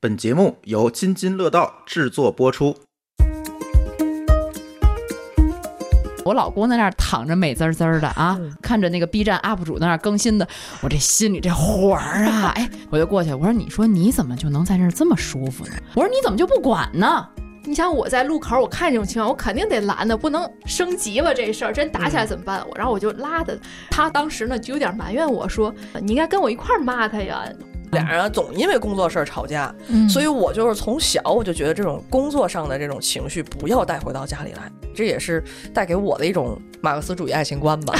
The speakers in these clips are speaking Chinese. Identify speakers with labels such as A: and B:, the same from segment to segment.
A: 本节目由津津乐道制作播出。
B: 我老公在那儿躺着美滋滋儿的啊，
C: 嗯
B: 看着那个 B 站 UP 主在那儿更新的，我这心里这火儿啊，哎，我就过去，我说你说你怎么就能在这儿这么舒服呢？我说你怎么就不管呢？
C: 你想我在路口，我看这种情况，我肯定得拦的，不能升级吧？这事儿真打起来怎么办？我然后我就拉他，他当时呢就有点埋怨我说：“你应该跟我一块儿骂他呀。
D: 俩人啊总因为工作事儿吵架，
B: 嗯
D: 所以我就是从小我就觉得这种工作上的这种情绪不要带回到家里来，这也是带给我的一种马克思主义爱情观吧。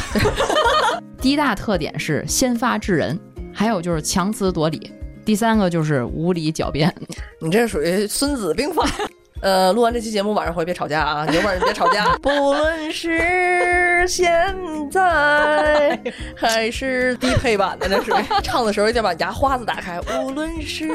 B: 第一大特点是先发制人，还有就是强词夺理，第三个就是无理狡辩。
D: 你这属于《孙子兵法》。 呃，录完这期节目晚上回别吵架啊，有本事你别吵架。不论是现在还是低配版的，那属于唱的时候一定要把牙花子打开。无论是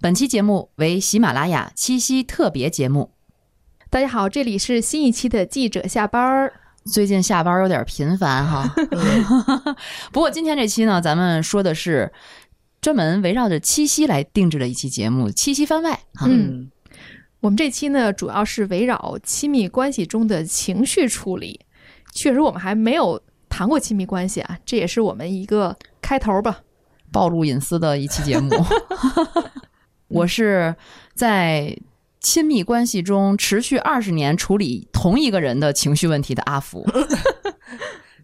B: 本期节目为喜马拉雅七夕特别节目。”
C: 大家好，这里是新一期的记者下班儿。
B: 最近下班有点频繁哈， 不过今天这期呢，咱们说的是专门围绕着七夕来定制的一期节目《七夕番外》哈。
C: 嗯，我们这期呢主要是围绕亲密关系中的情绪处理。确实，我们还没有谈过亲密关系啊，这也是我们一个开头吧。
B: 暴露隐私的一期节目。我是在亲密关系中持续二十年处理同一个人的情绪问题的阿福。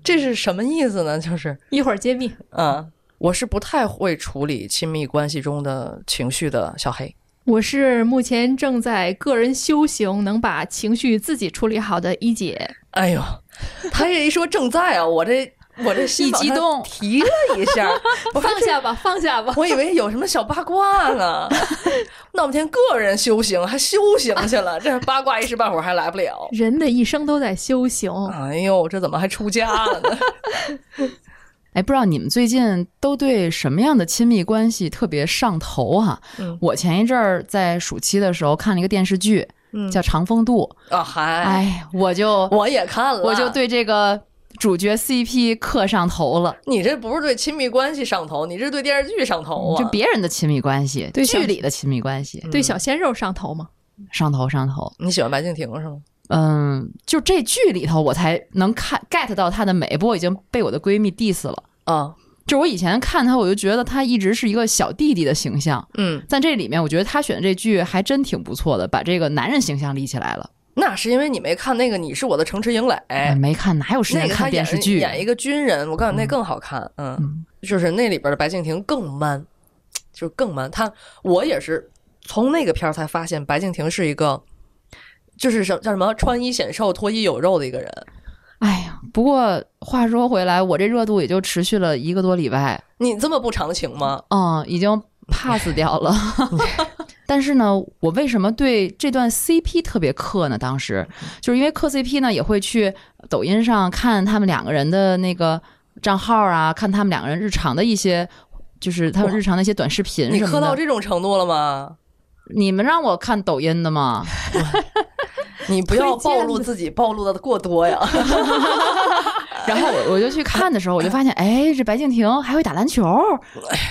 D: 这是什么意思呢？就是
C: 一会儿揭秘。
D: 嗯，我是不太会处理亲密关系中的情绪的小黑。
C: 我是目前正在个人修行，能把情绪自己处理好的一姐。
D: 哎呦， 他这一说正在啊，我这我这心
B: 一激动
D: 往上提了一下， 我
C: 放下吧，放下吧。
D: 我以为有什么小八卦 呢，闹半天个人修行还修行去了，这八卦一时半会儿还来不了。
C: 人的一生都在修行，
D: 哎呦，这怎么还出家了呢？
B: 哎，不知道你们最近都对什么样的亲密关系特别上头哈、
D: 嗯
B: 我前一阵儿在暑期的时候看了一个电视剧，
D: 嗯
B: 叫《长风渡》，
D: 啊，还
B: 哎，我就
D: 我也看了，
B: 我就对这个主角 CP 磕上头了，
D: 你这不是对亲密关系上头，你这对电视剧上头啊。
B: 就别人的亲密关系，
C: 对
B: 剧
C: 像
B: 里的亲密关系
C: 对小鲜肉上头吗？
B: 上头上头。
D: 你喜欢白敬亭是吗？
B: 嗯，就这剧里头我才能看 get 到她的美，不过已经被我的闺蜜 diss 了。
D: 啊，
B: 就我以前看她，我就觉得她一直是一个小弟弟的形象，
D: 嗯，
B: 在这里面，我觉得她选的这剧还真挺不错的，把这个男人形象立起来了。哎
D: 那是因为你没看那个《你是我的城池营垒》，
B: 没看哪有时
D: 哎那
B: 间
D: 个
B: 嗯
D: 他
B: 看电
D: 演
B: 视剧？
D: 演一个军人，我告诉你那更好看，嗯，
B: 嗯
D: 就是那里边的白敬亭更 man，就是更 man。他我也是从那个片儿才发现白敬亭是一个，就是什叫什么穿衣显瘦、脱衣有肉的一个人。
B: 哎呀，不过话说回来，我这热度也就持续了一个多礼拜，
D: 你这么不长情吗？
B: 嗯，已经 pass 掉 了。但是呢，我为什么对这段 CP 特别磕呢？当时就是因为磕 CP 呢，也会去抖音上看他们两个人的那个账号啊，看他们两个人日常的一些，就是他们日常的一些短视频
D: 你
B: 什么
D: 磕到
B: 的。
D: 这种程度了吗？
B: 你们让我看抖音的吗？
D: 你不要
C: 推荐
D: 暴露
C: 的
D: 自己，暴露的过多呀！
B: 然后我我就去看的时候，我就发现，哎，这白敬亭还会打篮球，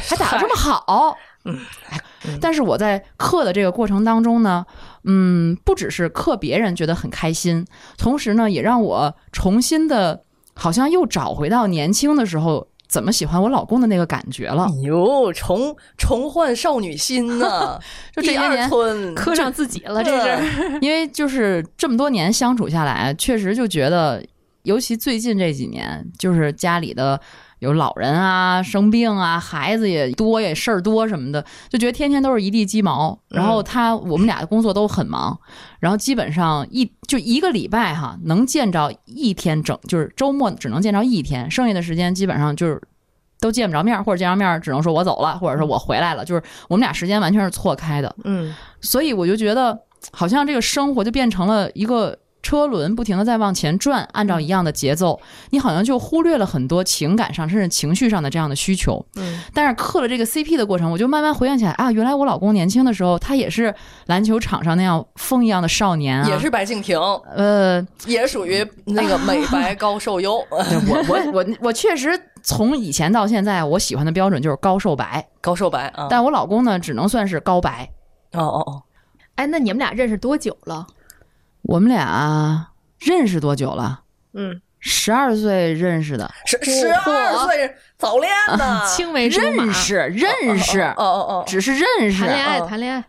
B: 还打得这么好。
D: 哎嗯
B: 哎
D: 嗯
B: 但是我在刻的这个过程当中呢，嗯，不只是刻别人觉得很开心，同时呢，也让我重新的，好像又找回到年轻的时候怎么喜欢我老公的那个感觉了。
D: 哟，哎重重焕少女心呐、
B: 就这
D: 第
B: 些
D: 二
B: 年
D: 春，
C: 磕上自己了，这是。
D: 是
B: 因为就是这么多年相处下来，确实就觉得，尤其最近这几年，就是家里的有老人啊、生病啊、孩子也多也事儿多什么的，就觉得天天都是一地鸡毛。然后他我们俩的工作都很忙，然后基本上一就一个礼拜哈，能见着一天整，就是周末只能见着一天，剩下的时间基本上就是。都见不着面儿，或者见着面儿只能说我走了，或者说我回来了，就是我们俩时间完全是错开的。
D: 嗯，
B: 所以我就觉得，好像这个生活就变成了一个车轮不停的在往前转，按照一样的节奏，你好像就忽略了很多情感上甚至情绪上的这样的需求。
D: 嗯，
B: 但是刻了这个 CP 的过程，我就慢慢回想起来啊，原来我老公年轻的时候，他也是篮球场上那样风一样的少年啊，
D: 也是白敬亭，
B: 呃，
D: 也属于那个美白高瘦优，
B: 对我 我我我确实从以前到现在，我喜欢的标准就是高瘦白，
D: 高瘦白啊。
B: 但我老公呢，只能算是高白。
D: 哦哦哦，
C: 哎，那你们俩认识多久了？
B: 我们俩认识多久了？
D: 嗯，
B: 十二岁认识的，
D: 十十二岁早恋呢，
C: 青梅竹马
B: 认，识认识，
D: 哦哦哦，
B: 只是认识
C: 谈。恋爱，
D: 嗯
C: 谈恋爱，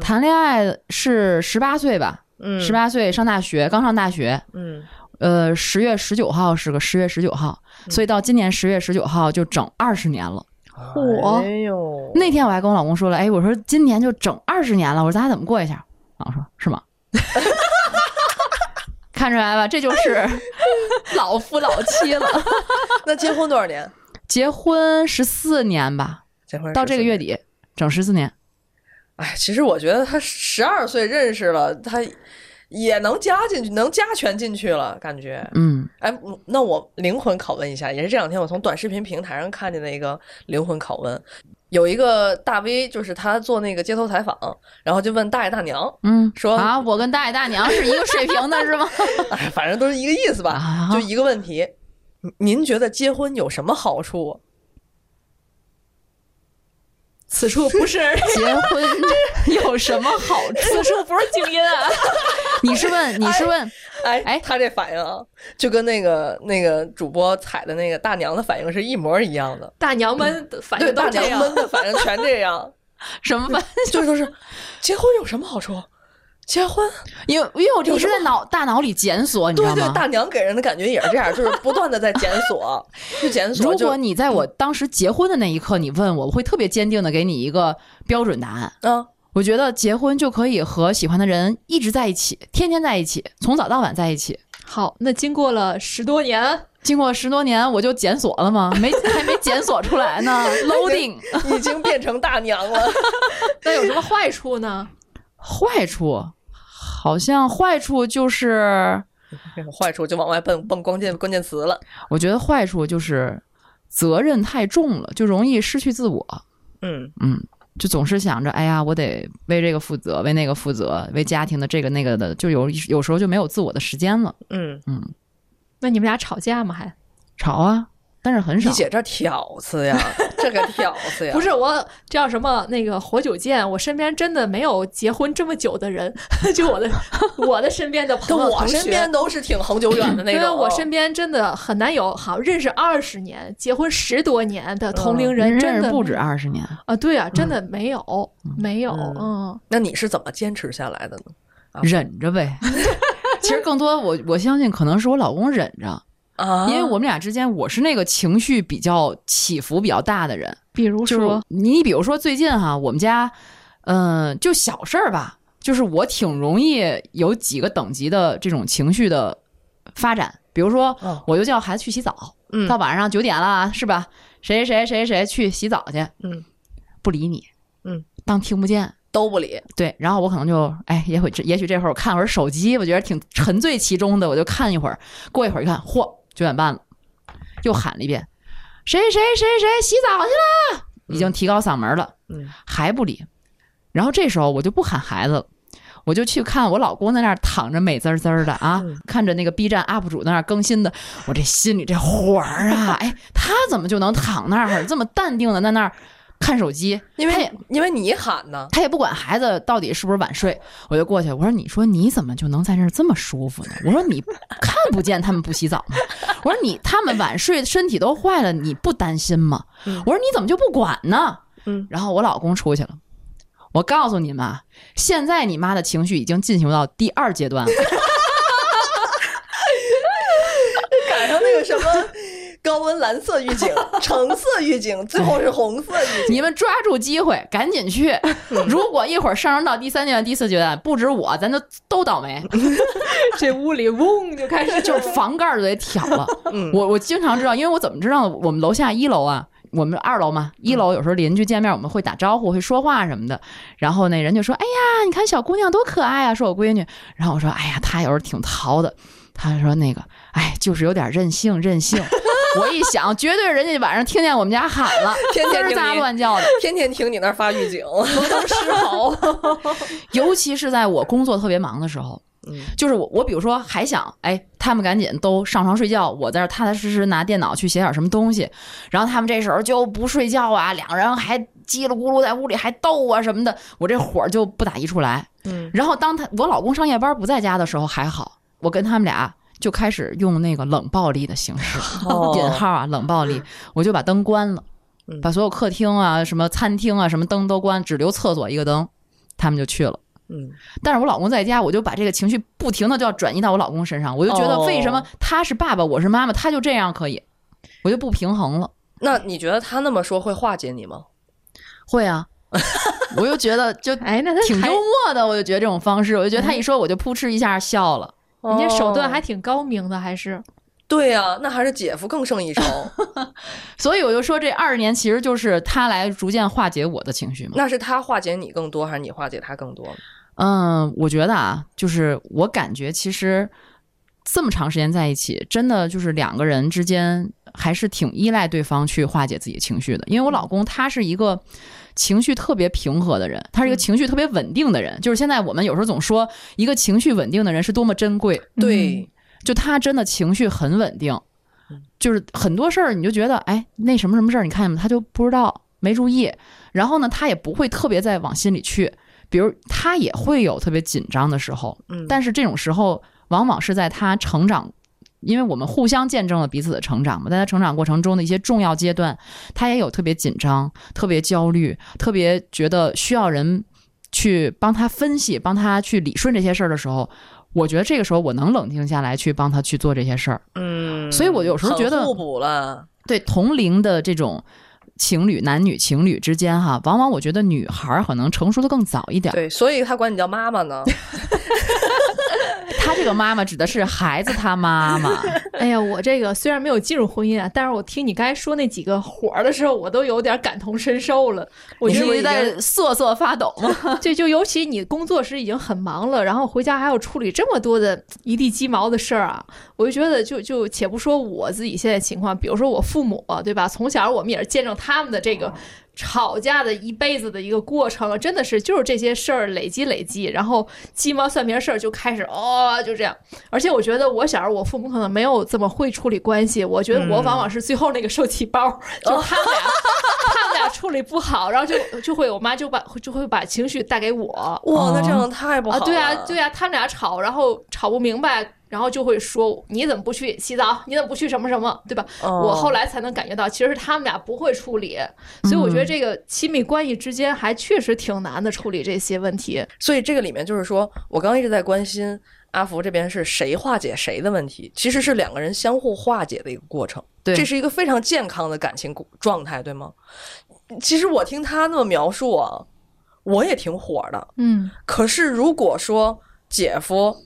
B: 谈恋爱是十八岁吧？
D: 嗯
B: 十八岁上大学，刚上大学。
D: 嗯，
B: 呃，十月十九号是个十月十九号，
D: 嗯
B: 所以到今年十月十九号就整二十年了。
C: 嚯
D: 哎 呦，
B: 那天我还跟我老公说了，哎，我说今年就整二十年了，我说咱俩怎么过一下？老公说是吗？ 看出来吧，这就是
C: 老夫老妻了。
D: 那结婚多少年？
B: 结婚十四年吧，
D: 结婚
B: 到这个
D: 14
B: 月
D: 嗯年。
B: 底整十四年。
D: 哎，其实我觉得他十二岁认识了，他也能加进去，能加全进去了，感觉。
B: 嗯，
D: 哎，那我灵魂拷问一下，也是这两天我从短视频平台上看见的一个灵魂拷问，有一个大 V，就是他做那个街头采访，然后就问大爷大娘，
B: 嗯，
D: 说
B: 啊，我跟大爷大娘是一个水平的，是吗？
D: 哎，反正都是一个意思吧
B: 啊，
D: 就一个问题，您您觉得结婚有什么好处？
C: 此处不是，
B: 结婚有什么好处？
C: 此处不是静音啊。
B: 你是问你是问
D: 哎
B: 哎
D: 他这反应啊，就跟那个那个主播踩的那个大娘的反应是一模一样的，
C: 大娘们反
D: 对，
C: 应
D: 大
C: 哎都这
D: 娘
C: 样，
D: 们的反应全这样。
B: 什么问？
D: 就是都是，结婚有什么好处？结婚，
B: 因为因为我这是在脑大脑里检索，你知
D: 对
B: 道
D: 对，
B: 吗？
D: 大娘给人的感觉也是这样，就是不断的在检索，去检索。
B: 如
D: 就
B: 果你在我当时结婚的那一刻，你问我，我会特别坚定的给你一个标准答案。
D: 啊，
B: 我觉得结婚就可以和喜欢的人一直在一起，天天在一起，从早到晚在一起。
C: 好，那经过了十多年，
B: 经过十多年，我就检索了吗？没， 还没检索出来 呢。Loading
D: 已经变成大娘了。
C: 那有什么坏处呢？
B: 坏处，好像坏处就是，
D: 坏处就往外蹦蹦关键关键词了。
B: 我觉得坏处就是责任太重了，就容易失去自我。
D: 嗯，
B: 就总是想着，哎呀，我得为这个负责，为那个负责，为家庭的这个那个的，就有有时候就没有自我的时间了。
D: 嗯，
C: 那你们俩吵架吗？还
B: 吵啊，但是很
D: 你
B: 少。
D: 姐这挑刺呀，这个挑刺呀，
C: 不是我叫什么那个活久见，我身边真的没有结婚这么久的人， 就我的我的身边的
D: 跟
C: 朋友
D: 我
C: 同学
D: 身边都是挺恒久远的那
C: 因为
D: 种。哦
C: 我身边真的很难有好认识二十年、结婚十多年的同龄人，真
B: 认识嗯
C: 的
B: 不止二十年，
C: 啊！对啊，真的没有，没有，
D: 嗯
C: 嗯，
D: 那你是怎么坚持下来的呢？
B: 忍着呗。 其实更多，我我相信可能是我老公忍着，
D: 啊，
B: 因为我们俩之间，我是那个情绪比较起伏比较大的人。
C: 比如
B: 就是
C: 说，
B: 你比如说最近哈，我们家，嗯、就小事儿吧，就是我挺容易有几个等级的这种情绪的发展。比如说
D: 哦，
B: 我就叫孩子去洗澡，
D: 嗯
B: 到晚上九点了啊是吧？谁谁谁谁谁去洗澡去，
D: 嗯，
B: 不理你，
D: 嗯，
B: 当听不见。
D: 都不理，
B: 对，然后我可能就哎，也会这也许这会儿我看会儿手机，我觉得挺沉醉其中的，我就看一会儿。过一会儿一看，嚯，九点半了，又喊了一遍，谁谁谁谁洗澡去了，已经提高嗓门了，
D: 嗯，
B: 还不理。然后这时候我就不喊孩子了，我就去看我老公在那儿躺着美滋滋儿的啊，看着那个 B 站 UP 主在那儿更新的，我这心里这火儿啊，哎，他怎么就能躺那儿这么淡定的在那儿看手机？
D: 因
B: 他
D: 为
B: 也
D: 因为你喊呢，
B: 他也不管孩子到底是不是晚睡，我就过去，我说：“你说你怎么就能在这儿这么舒服呢？”我说：“你看不见他们不洗澡吗？”我说：“你他们晚睡身体都坏了，你不担心吗？”我说：“你怎么就不管呢？”
D: 嗯，
B: 然后我老公出去了。我告诉你们啊，现在你妈的情绪已经进行到第二阶段了。
D: 赶上那个什么高温蓝色预 警、橙色预警，最后是红色 预警。
B: 你们抓住机会，赶紧去。 如果一会儿上升到第三阶段、第四阶段，不止我，咱就都倒 霉。
C: 这屋里嗡就开始
B: 就是房盖儿都得挑了。
D: 嗯
B: 我我经常知道，因为我怎么知道我们楼下一楼啊我们二楼嘛，一楼有时候邻居见面我们会打招呼，会说话什么的。然后那人就说：“哎呀，你看小姑娘多可爱啊！”说我闺女。然后我说：“哎呀，她有时候挺淘的。”她说：“那个，哎，就是有点任性，任 性。”我一想，绝对人家晚上听见我们家喊了，
D: 天天
B: 吱
D: 听
B: 喳
D: 你
B: 乱叫的。
D: 天天听你那儿发预警，隆咚狮吼，
B: 尤其是在我工作特别忙的时候，
D: 嗯
B: 就是我我比如说还想，哎，他们赶紧都上床睡觉，我在这儿踏踏实实拿电脑去写点什么东西，然后他们这时候就不睡觉啊，两个人还叽里咕噜在屋里还斗啊什么的，我这火就不打一处来。
D: 嗯，
B: 然后当他我老公上夜班不在家的时候还好，我跟他们俩。就开始用那个冷暴力的形式，
D: 哦
B: 引号啊，冷暴力， 我就把灯关了
D: 嗯，
B: 把所有客厅啊、什么餐厅啊、什么灯都关，只留厕所一个灯，他们就去了。
D: 嗯，
B: 但是我老公在家，我就把这个情绪不停的就要转移到我老公身上，我就觉得
D: 哦
B: 为什么他是爸爸，我是妈妈，他就这样可以，我就不平衡了。
D: 那你觉得他那么说会化解你吗？
B: 会啊， 我就觉得就
C: 哎，那他
B: 挺幽
C: 还
B: 默的，我就觉得这种方式，我就觉得他一说我就扑哧一下笑了。
C: 人家手段
D: 哦
C: 还挺高明的，还是
D: 对呀、那还是姐夫更胜 一筹。
B: 所以我就说这二十年其实就是他来逐渐化解我的情绪嘛。
D: 那是他化解你更多，还是你化解他更多？
B: 嗯，我觉得啊，就是我感觉其实这么长时间在一起，真的就是两个人之间还是挺依赖对方去化解自己情绪的。因为我老公他是一个情绪特别平和的人，他是一个情绪特别稳定的人。就是现在我们有时候总说一个情绪稳定的人是多么珍贵，
D: 对，
B: 就他真的情绪很稳定，就是很多事儿你就觉得哎那什么什么事儿，你看见吗？他就不知道没注意，然后呢他也不会特别再往心里去。比如他也会有特别紧张的时候，
D: 嗯，
B: 但是这种时候往往是在他成长，因为我们互相见证了彼此的成长嘛，在他成长过程中的一些重要阶段，他也有特别紧张、特别焦虑、特别觉得需要人去帮他分析、帮他去理顺这些事儿的时候。我觉得这个时候我能冷静下来去帮他去做这些事儿，
D: 嗯，
B: 所以我有时候觉得
D: 很互补了，
B: 对同龄的这种情侣、男女情侣之间哈，往往我觉得女孩儿可能成熟的更早一点儿，
D: 对，所以他管你叫妈妈呢。
B: 她这个妈妈指的是孩子他妈妈，
C: 哎呀，我这个虽然没有进入婚姻啊，但是我听你刚才说那几个活儿的时候，我都有点感同身受了。我
B: 你
C: 觉
B: 是
C: 得
B: 不
C: 我
B: 是
C: 已经
B: 在瑟瑟发抖吗？
C: 这就尤其你工作时已经很忙了，然后回家还要处理这么多的一地鸡毛的事儿啊，我就觉得就就且不说我自己现在情况，比如说我父母，对吧？从小我们也是见证他们的这个吵架的一辈子的一个过程，真的是就是这些事儿累积累积，然后鸡毛蒜皮事儿就开始哦，就这样。而且我觉得我小时候我父母可能没有这么会处理关系，我觉得我
D: 嗯
C: 往往是最后那个受气包，就他们俩。他们俩处理不好，然后就就会我妈就把就会把情绪带给我，
D: 哇，那
B: 哦
D: 这样太不好
C: 啊，
D: 了。
C: 对啊，对啊，他们俩吵，然后吵不明白，然后就会说你怎么不去洗澡？你怎么不去什么什么？对吧？
D: 哦
C: 我后来才能感觉到，其实是他们俩不会处理，所以我觉
D: 嗯
C: 得这个亲密关系之间还确实挺难的处理这些问题。
D: 所以这个里面就是说，我刚刚一直在关心阿福这边是谁化解谁的问题，其实是两个人相互化解的一个过程。
B: 对
D: 这是一个非常健康的感情状态，对吗？其实我听他那么描述啊，我也挺火的。
C: 嗯，
D: 可是如果说姐夫，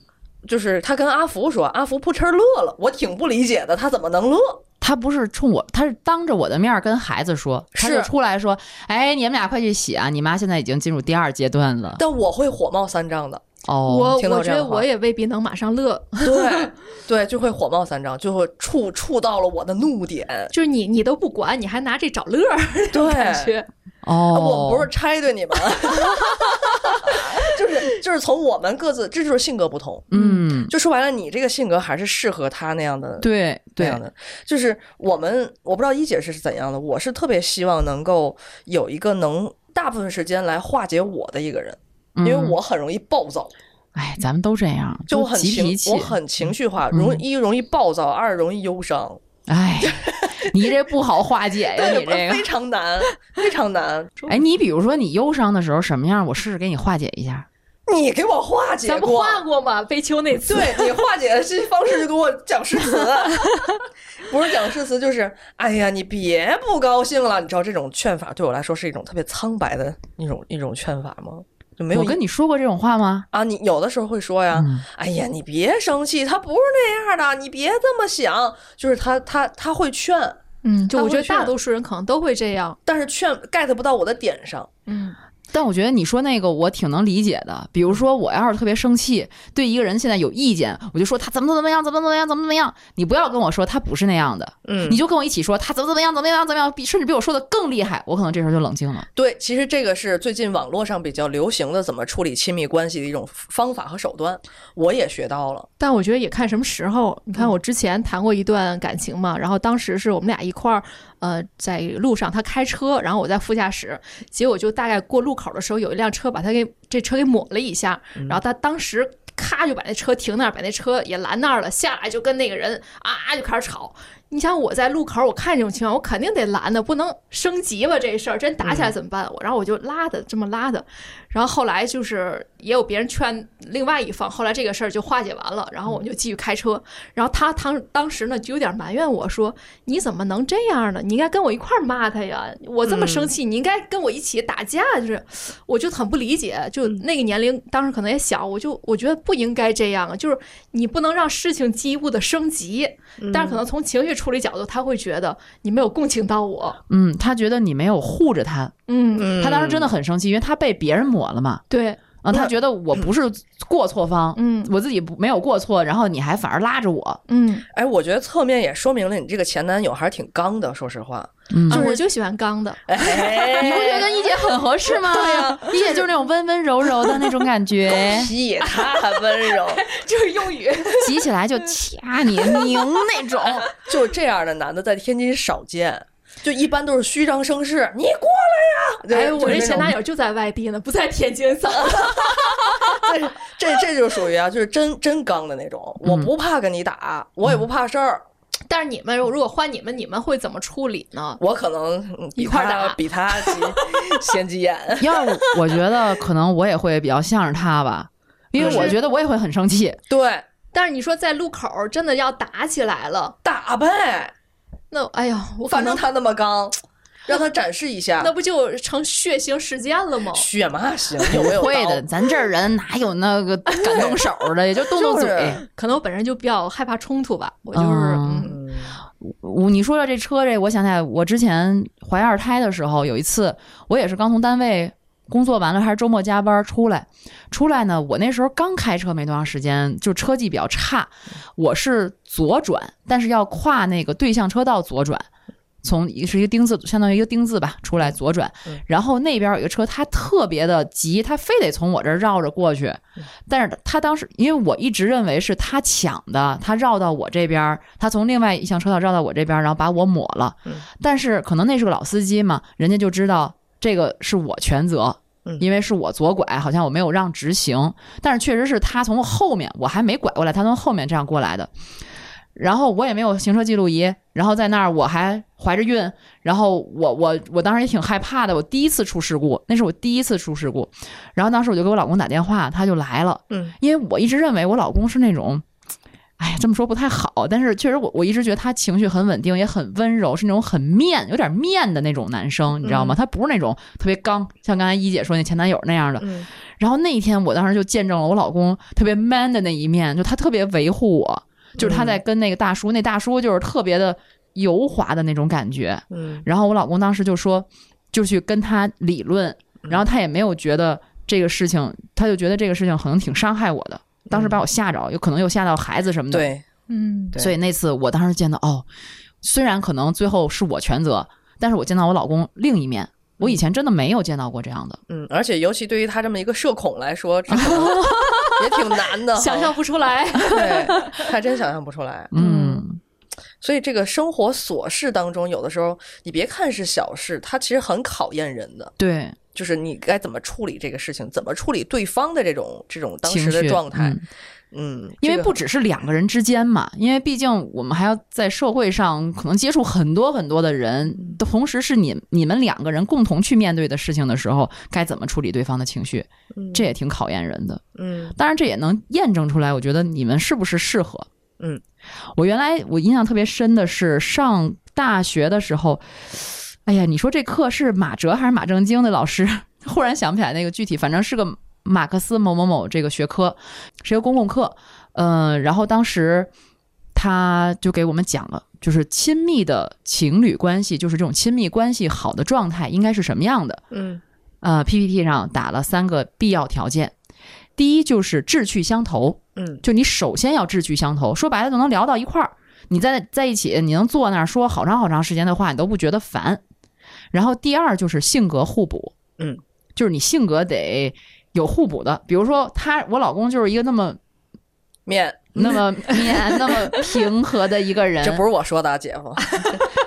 D: 就是他跟阿福说，阿福扑哧乐了，我挺不理解的，他怎么能乐？
B: 他不是冲我，他是当着我的面儿跟孩子说，他就是出来说：“哎，你们俩快去洗啊！你妈现在已经进入第二阶段 了。
D: 但我会火冒三丈的，
B: 哦，
C: 我
D: 听到
C: 我
D: 这
C: 觉
D: 样
C: 得
D: 的话
C: 我也未必能马上乐，
D: 对对，就会火冒三丈，就会触触到了我的怒点。
C: 就是你你都不管，你还拿这找乐儿，
D: 对，
C: 感觉
B: 哦，
D: 啊我们不是拆对你们，就是就是从我们各自，这就是性格不同。
B: 嗯，
D: 就说白了，你这个性格还是适合他那样的，
B: 对
D: 那
B: 对
D: 样，的。就是我们，我不知道一姐是怎样的，我是特别希望能够有一个能大部分时间来化解我的一个人，因为
B: 嗯
D: 我很容易暴躁，
B: 哎，咱们都这样，
D: 就
B: 都
D: 我很
B: 急脾
D: 情，
B: 气
D: 我，很情绪化，容一容易暴躁，二容易忧伤，哎
B: 哎， 你这不好化 解呀，你这个
D: 非。常难，非常难。
B: 哎，你比如说你忧伤的时候什么样，我试试给你化解一下。
D: 你给我化解
C: 咱们
D: 过，
C: 换过嘛，悲秋那次。
D: 对你化解的这方式就给我讲诗 词，不是讲诗词就是，哎呀，你别不高兴了。你知道这种劝法对我来说是一种特别苍白的一种一种劝法吗？就没有
B: 我
D: 一
B: 跟你说过这种话吗？
D: 啊，你有的时候会说呀，
B: 嗯
D: 哎呀，你别生气，他不是那样的，你别这么想。就是他他他会劝，
C: 嗯，就
D: 他
C: 我觉
D: 会
C: 得大
D: 是
C: 多数人可能都会这样，
D: 但是劝 get 不到我的点上，
C: 嗯，
B: 但我觉得你说那个我挺能理解的，比如说我要是特别生气，对一个人现在有意见，我就说他怎么怎么样，怎么怎么样，怎么怎么样。你不要跟我说他不是那样的，
D: 嗯
B: 你就跟我一起说他怎么怎么样，怎么样，怎么样，比甚至比我说的更厉害，我可能这时候就冷静了。
D: 对，其实这个是最近网络上比较流行的怎么处理亲密关系的一种方法和手段，我也学到了。
C: 但我觉得也看什么时候。你看，我之前谈过一段感情嘛，然后当时是我们俩一块儿，呃，在路上他开车，然后我在副驾驶，结果就大概过路口的时候，有一辆车把他给这车给抹了一下，然后他当时。咔就把那车停那儿，把那车也拦那儿了，下来就跟那个人啊啊就开始吵。你想我在路口，我看这种情况，我肯定得拦的，不能升级吧这事儿，真打起来怎么办？我然后我就拉的这么拉的，然后后来就是也有别人劝另外一方，后来这个事儿就化解完了，然后我们就继续开车。然后他当当时呢就有点埋怨我说：“你怎么能这样呢？你应该跟我一块儿骂他呀！我这么生气，你应该跟我一起打架。”就是，我就很不理解，就那个年龄当时可能也小，我就我觉得不应该这样啊，就是你不能让事情进一步的升级。但是可能从情绪处理角度，他会觉得你没有共情到我。
B: 嗯，他觉得你没有护着他，
C: 嗯，
D: 嗯
B: 他当时真的很生气，因为他被别人抹了嘛。
C: 对，
B: 啊，他
D: 那
B: 觉得我不是过错方，
C: 嗯
B: 我自己不没有过错，然后你还反而拉着 我，
C: 嗯，
D: 哎，我觉得侧面也说明了你这个前男友还是挺刚的，说实话。
B: 嗯
C: 啊，我就喜欢刚的。
D: 哎，，
B: 你不觉得跟一姐很合适吗？对呀、一姐就是那种温温柔柔的那种感觉
C: 哎
D: 屁，他很温 柔，
C: 就是用语。
B: 急起来就掐你拧那种。
D: 就是这样的男的在天津少见，就一般都是虚张声势，你过来呀！
C: 哎，我这
D: 这
C: 前
D: 男
C: 男友就在外地呢，不在天津， 咋了？
D: 这这这就属于啊，就是真真刚的那种，我
B: 嗯
D: 不怕跟你打，我也
C: 嗯
D: 不怕事儿，
C: 但是你们如果换你们，你们会怎么处理呢？
D: 我可能嗯比
C: 一块儿
D: 他
C: 打
D: 比他急先急眼。
B: 要是我觉得，可能我也会比较向着他吧，因为
D: 可是
B: 我觉得我也会很生气。
D: 对，
C: 但是你说在路口真的要打起来了，
D: 打呗，
C: 那哎呀，我可
D: 反
C: 能
D: 正他那么刚，让他展示一下
C: 那。不就成血腥事件了吗？
D: 血嘛行，有没有
B: 会
D: 刀
B: 的，咱这儿人哪有那个敢动手的，也就动动
D: 就是
B: 嘴。
C: 可能我本身就比较害怕冲突吧，我就是
B: 嗯
C: 嗯
D: 嗯
B: 我你说到这车这，我想起来，我之前怀二胎的时候，有一次我也是刚从单位工作完了，还是周末加班出来，出来呢，我那时候刚开车没多长时间，就车技比较差，我是左转，但是要跨那个对向车道左转。从一是一个丁字，相当于一个丁字吧，出来左转
D: 嗯，
B: 然后那边有一个车，他特别的急，他非得从我这儿绕着过去，但是他当时，因为我一直认为是他抢的，他绕到我这边儿，他从另外一项车道绕到我这边儿，然后把我抹了。
D: 嗯
B: 但是可能那是个老司机嘛，人家就知道这个是我全责
D: 嗯，
B: 因为是我左拐，好像我没有让直行，但是确实是他从后面，我还没拐过来，他从后面这样过来的。然后我也没有行车记录仪，然后在那儿我还怀着孕，然后我我我当时也挺害怕的，我第一次出事故，那是我第一次出事故，然后当时我就给我老公打电话，他就来了，
D: 嗯，
B: 因为我一直认为我老公是那种，哎呀，这么说不太好，但是确实我我一直觉得他情绪很稳定，也很温柔，是那种很面，有点面的那种男生，你知道吗？他不是那种特别刚，像刚才一姐说那前男友那样的。
D: 嗯
B: 然后那一天，我当时就见证了我老公特别 man 的那一面，就他特别维护我，就是他在跟那个大叔，那大叔就是特别的油滑的那种感觉。
D: 嗯
B: 然后我老公当时就说，就去跟他理论，
D: 嗯
B: 然后他也没有觉得这个事情，他就觉得这个事情可能挺伤害我的。当时把我吓着，有可能又吓到孩子什么的。，
D: 嗯对，
C: 嗯
D: 对
B: 所以那次我当时见到，哦，虽然可能最后是我全责，但是我见到我老公另一面，我以前真的没有见到过这样的。
D: 嗯，而且尤其对于他这么一个社恐来说，这可能也挺难的
C: 嗯
D: 哈，
C: 想象不出来。
D: 对，还真想象不出来。
B: 嗯
D: 所以这个生活琐事当中，有的时候你别看是小事，它其实很考验人的，
B: 对，
D: 就是你该怎么处理这个事情，怎么处理对方的这种这种当时
B: 情
D: 的
B: 绪
D: 状态
B: 嗯。
D: 嗯，
B: 因为
D: 这个
B: 不只是两个人之间嘛，因为毕竟我们还要在社会上可能接触很多很多的人，同时是你你们两个人共同去面对的事情的时候，该怎么处理对方的情绪，这也挺考验人的。
D: 嗯
B: 当然，这也能验证出来，我觉得你们是不是适合。
D: 嗯，
B: 我原来我印象特别深的是上大学的时候，哎呀，你说这课是马哲还是马正经的老师？ 忽然想不起来那个具体，反正是个马克思某某某这个学科，呃是一个公共课。嗯、然后当时他就给我们讲了就是亲密的情侣关系，就是这种亲密关系好的状态应该是什么样的？
D: 嗯
B: 呃，PPT 上打了三个必要条件，第一就是志趣相投，
D: 嗯
B: 就你首先要志趣相投，说白了就能聊到一块儿。你在在一起，你能坐那儿说好长好长时间的话，你都不觉得烦。然后第二就是性格互补，
D: 嗯，
B: 就是你性格得有互补的。比如说他，我老公就是一个那么
D: 面，
B: 那么面、那么平和的一个人，
D: 这不是我说的，啊，姐夫。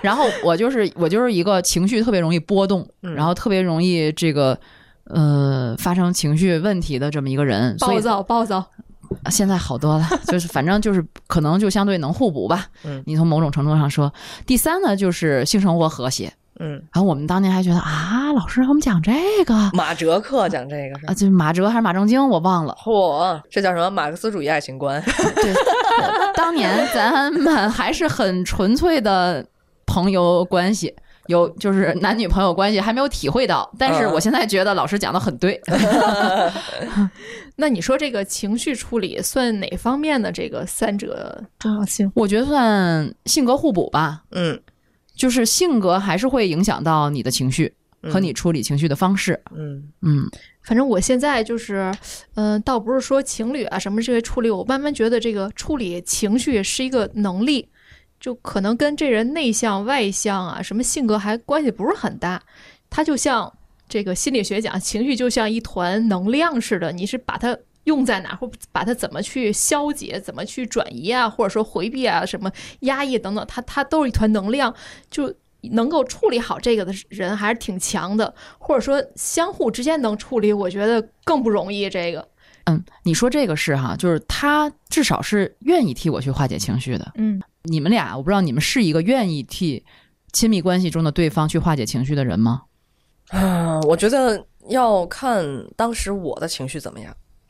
B: 然后我就是我就是一个情绪特别容易波动，
D: 嗯
B: 然后特别容易这个呃发生情绪问题的这么一个人，所
C: 暴
B: 以
C: 躁暴躁，
B: 现在好多了， 就是反正就是可能就相对能互补吧。
D: 嗯
B: 你从某种程度上说，第三呢就是性生活和谐。
D: 嗯，
B: 然后我们当年还觉得啊，老师给我们讲这个啊，
D: 马哲克讲这个是吧。
B: 就是马哲还是马正经，我忘了。
D: 嚯，这叫什么马克思主义爱情观？
B: 对， 当年咱们还是很纯粹的朋友关系，有就是男女朋友关系还没有体会到，但是
D: 嗯
B: 我现在觉得老师讲的很对，
C: 那你说这个情绪处理算哪方面的这个三者重要性？
B: 我觉得算性格互补吧，
D: 嗯，
B: 就是性格还是会影响到你的情绪和你处理情绪的方式，
D: 嗯
B: 嗯
C: 反正我现在就是，嗯、倒不是说情侣啊什么这些处理，我慢慢觉得这个处理情绪是一个能力，就可能跟这人内向外向啊什么性格还关系不是很大。他就像这个心理学讲，情绪就像一团能量似的，你是把它用在哪，或把它怎么去消解，怎么去转移啊，或者说回避啊，什么压抑等等，它它都是一团能量，就能够处理好这个的人还是挺强的。或者说相互之间能处理，我觉得更不容易。这个，
B: 嗯，你说这个是哈，就是他至少是愿意替我去化解情绪的。
C: 嗯，
B: 你们俩，我不知道你们是一个愿意替亲密关系中的对方去化解情绪的人吗？
D: 啊，我觉得要看当时我的情绪怎么样。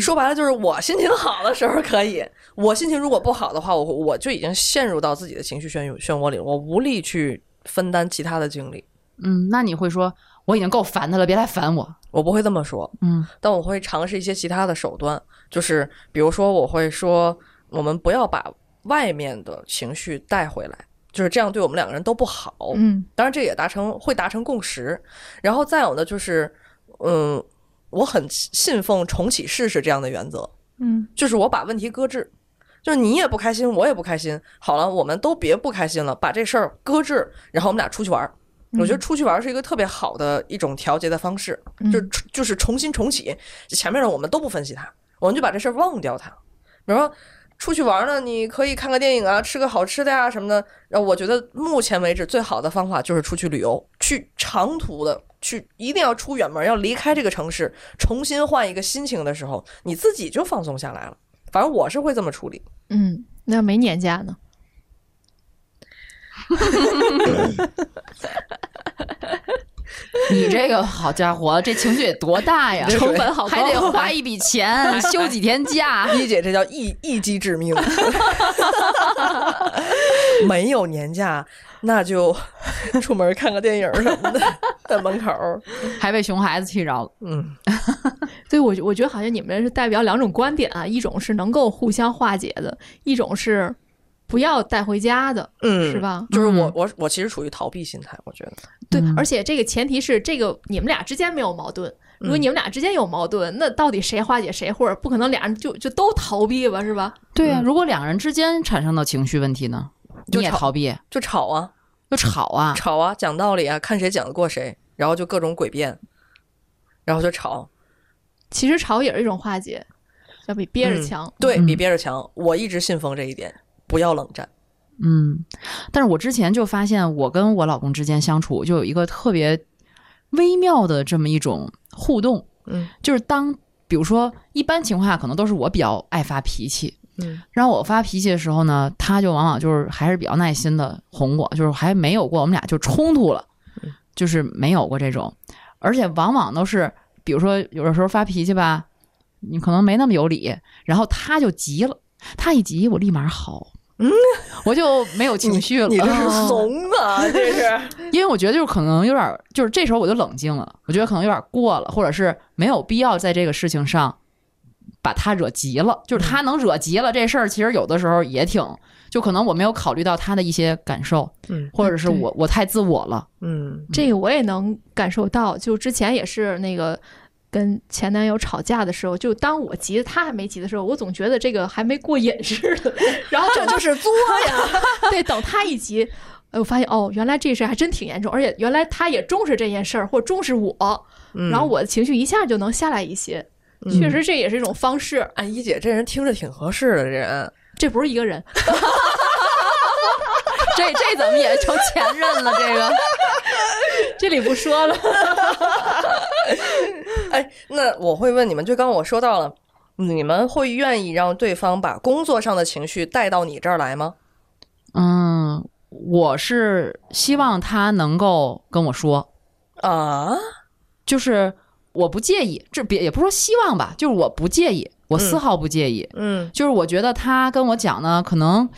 D: 说白了就是我心情好的时候可以，我心情如果不好的话，我我就已经陷入到自己的情绪漩漩涡里了，我无力去分担其他的精力。
B: 嗯，那你会说我已经够烦他了，别来烦我。
D: 我不会这么说，
B: 嗯
D: 但我会尝试一些其他的手段，就是比如说我会说，我们不要把外面的情绪带回来，就是这样对我们两个人都不好。
C: 嗯，
D: 当然这也达成会达成共识。然后再有呢，就是嗯，我很信奉重启试试这样的原则，
C: 嗯，
D: 就是我把问题搁置。就是你也不开心，我也不开心。好了，我们都别不开心了，把这事儿搁置，然后我们俩出去玩儿。
C: 嗯
D: 我觉得出去玩儿是一个特别好的一种调节的方式，就
C: 嗯
D: 就是重新重启。前面的我们都不分析它，我们就把这事儿忘掉它。比如说出去玩儿呢，你可以看个电影啊，吃个好吃的呀、什么的。然后我觉得目前为止最好的方法就是出去旅游，去长途的，去一定要出远门，要离开这个城市，重新换一个心情的时候，你自己就放松下来了。反正我是会这么处理。？
C: 嗯，那没年假呢？
B: 你这个好家伙，这情绪得多大呀
D: 成
C: 本好高
B: 还得花一笔 钱休几天假。
D: 一姐 这叫一一击致命， 没有年假那就出门看个电影什么的，在门口儿。
B: 还被熊孩子气着了。
D: 嗯，
C: 对，我觉我觉得好像你们是代表两种观点啊，一种是能够互相化解的，一种是不要带回家的，
D: 嗯
C: 是？吧？
D: 就是我我我其实处于逃避心态，我觉得。
C: 对
B: 嗯，
C: 而且这个前提是这个你们俩之间没有矛盾。如果你们俩之间有矛盾，那到底谁化解谁，或者不可能俩人就就都逃避吧，是吧？
B: 对呀、如果两人之间产生的情绪问题呢，
D: 就
B: 你也
D: 吵
B: 逃避，
D: 就吵啊
B: 就吵啊。
D: 吵啊，讲道理啊，看谁讲得过谁，然后就各种诡辩，然后就吵，
C: 其实吵也是一种化解，要比憋着
D: 嗯
C: 强。
D: 对
B: 嗯
D: 比憋着强。我一直信奉这一点，不要冷战。
B: 嗯，但是我之前就发现，我跟我老公之间相处就有一个特别微妙的这么一种互动，
D: 嗯
B: 就是当比如说一般情况下，可能都是我比较爱发脾气，
D: 嗯
B: 然后我发脾气的时候呢，他就往往就是还是比较耐心的哄我，就是还没有过我们俩就冲突了，
D: 嗯
B: 就是没有过这种，而且往往都是比如说有的时候发脾气吧，你可能没那么有理，然后他就急了，他一急我立马好，嗯，我就没有情绪了，
D: 你这是
B: 哦
D: 怂啊，这是。
B: 因为我觉得就是可能有点儿，就是这时候我就冷静了，我觉得可能有点儿过了，或者是没有必要在这个事情上把他惹急了，就是他能惹急了这事儿，其实有的时候也挺，就可能我没有考虑到他的一些感受，
D: 嗯
B: 或者是
C: 对
B: 我我太自我了，
D: 嗯
C: 这个我也能感受到，就之前也是那个跟前男友吵架的时候，就当我急得他还没急的时候，我总觉得这个还没过瘾似的， 然后
D: 这就是作呀！
C: 对，等他一急，哎，我发现哦，原来这事儿还真挺严重，而且原来他也重视这件事儿，或重视我，
D: 嗯
C: 然后我的情绪一下就能下来一些。确实，这也是一种方式，
D: 按哎一姐这人听着挺合适的，这人
C: 这不是一个人。
B: 这这怎么也成前任了？这个
C: 这里不说了，
D: 哎，那我会问你们，就刚刚我说到了，你们会愿意让对方把工作上的情绪带到你这儿来吗？
B: 嗯，我是希望他能够跟我说，
D: 啊，
B: 就是我不介意，这别也不是说希望吧，就是我不介意，我丝毫不介意。
D: 嗯
B: 就是我觉得他跟我讲呢，可能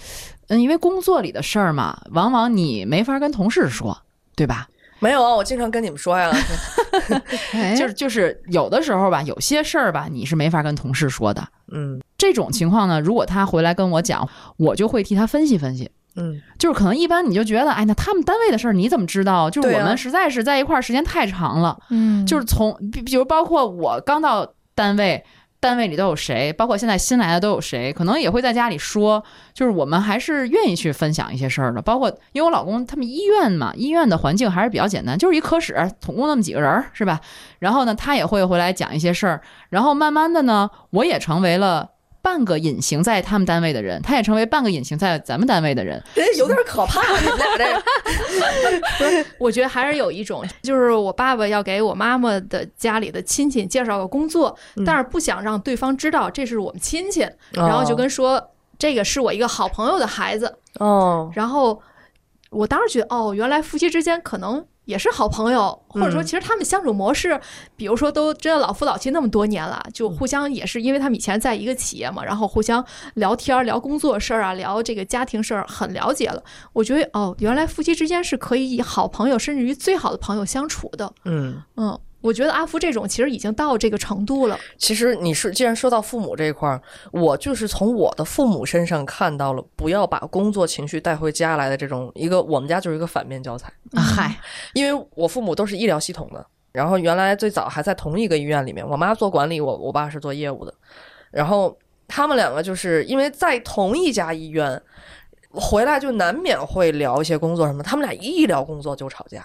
B: 嗯，因为工作里的事儿嘛，往往你没法跟同事说，对吧？
D: 没有啊，我经常跟你们说呀，
B: 就
D: 哎
C: 就是
B: 就是有的时候吧，有些事儿吧，你是没法跟同事说的。
D: 嗯
B: 这种情况呢，如果他回来跟我讲，我就会替他分析分析。
D: 嗯
B: 就是可能一般你就觉得，哎，那他们单位的事儿你怎么知道？就是
D: 对
B: 我
D: 啊
B: 们实在是在一块儿时间太长了，
C: 嗯
B: 就是从比比如包括我刚到单位，单位里都有谁，包括现在新来的都有谁，可能也会在家里说，就是我们还是愿意去分享一些事儿的。包括因为我老公他们医院嘛，医院的环境还是比较简单，就是一科室，总共那么几个人儿是吧？然后呢，他也会回来讲一些事儿，然后慢慢的呢，我也成为了。半个隐形在他们单位的人，他也成为半个隐形在咱们单位的人。
D: 人哎家有点可怕，啊你们俩 这个，
C: 我觉得还是有一种，就是我爸爸要给我妈妈的家里的亲戚介绍个工作，
D: 嗯哦
C: 但是不想让对方知道这是我们亲戚，然后就跟说这个是我一个好朋友的孩子，
D: 哦，
C: 然后我当时觉得，哦，原来夫妻之间可能也是好朋友，或者说
D: 嗯
C: 其实他们相处模式，比如说都真的老夫老妻那么多年了，就互相也是因为他们以前在一个企业嘛，然后互相聊天儿、聊工作事儿啊、聊这个家庭事儿，很了解了。我觉得，哦，原来夫妻之间是可以以好朋友，甚至于最好的朋友相处的。
D: 嗯。
C: 嗯，我觉得阿福这种其实已经到这个程度了。
D: 其实你是，既然说到父母这一块儿，我就是从我的父母身上看到了不要把工作情绪带回家来的这种一个，我们家就是一个反面教材，
B: 嗨，
D: 因为我父母都是医疗系统的，然后原来最早还在同一个医院里面，我妈做管理，我我爸是做业务的，然后他们两个就是因为在同一家医院，回来就难免会聊一些工作什么，他们俩一聊工作就吵架。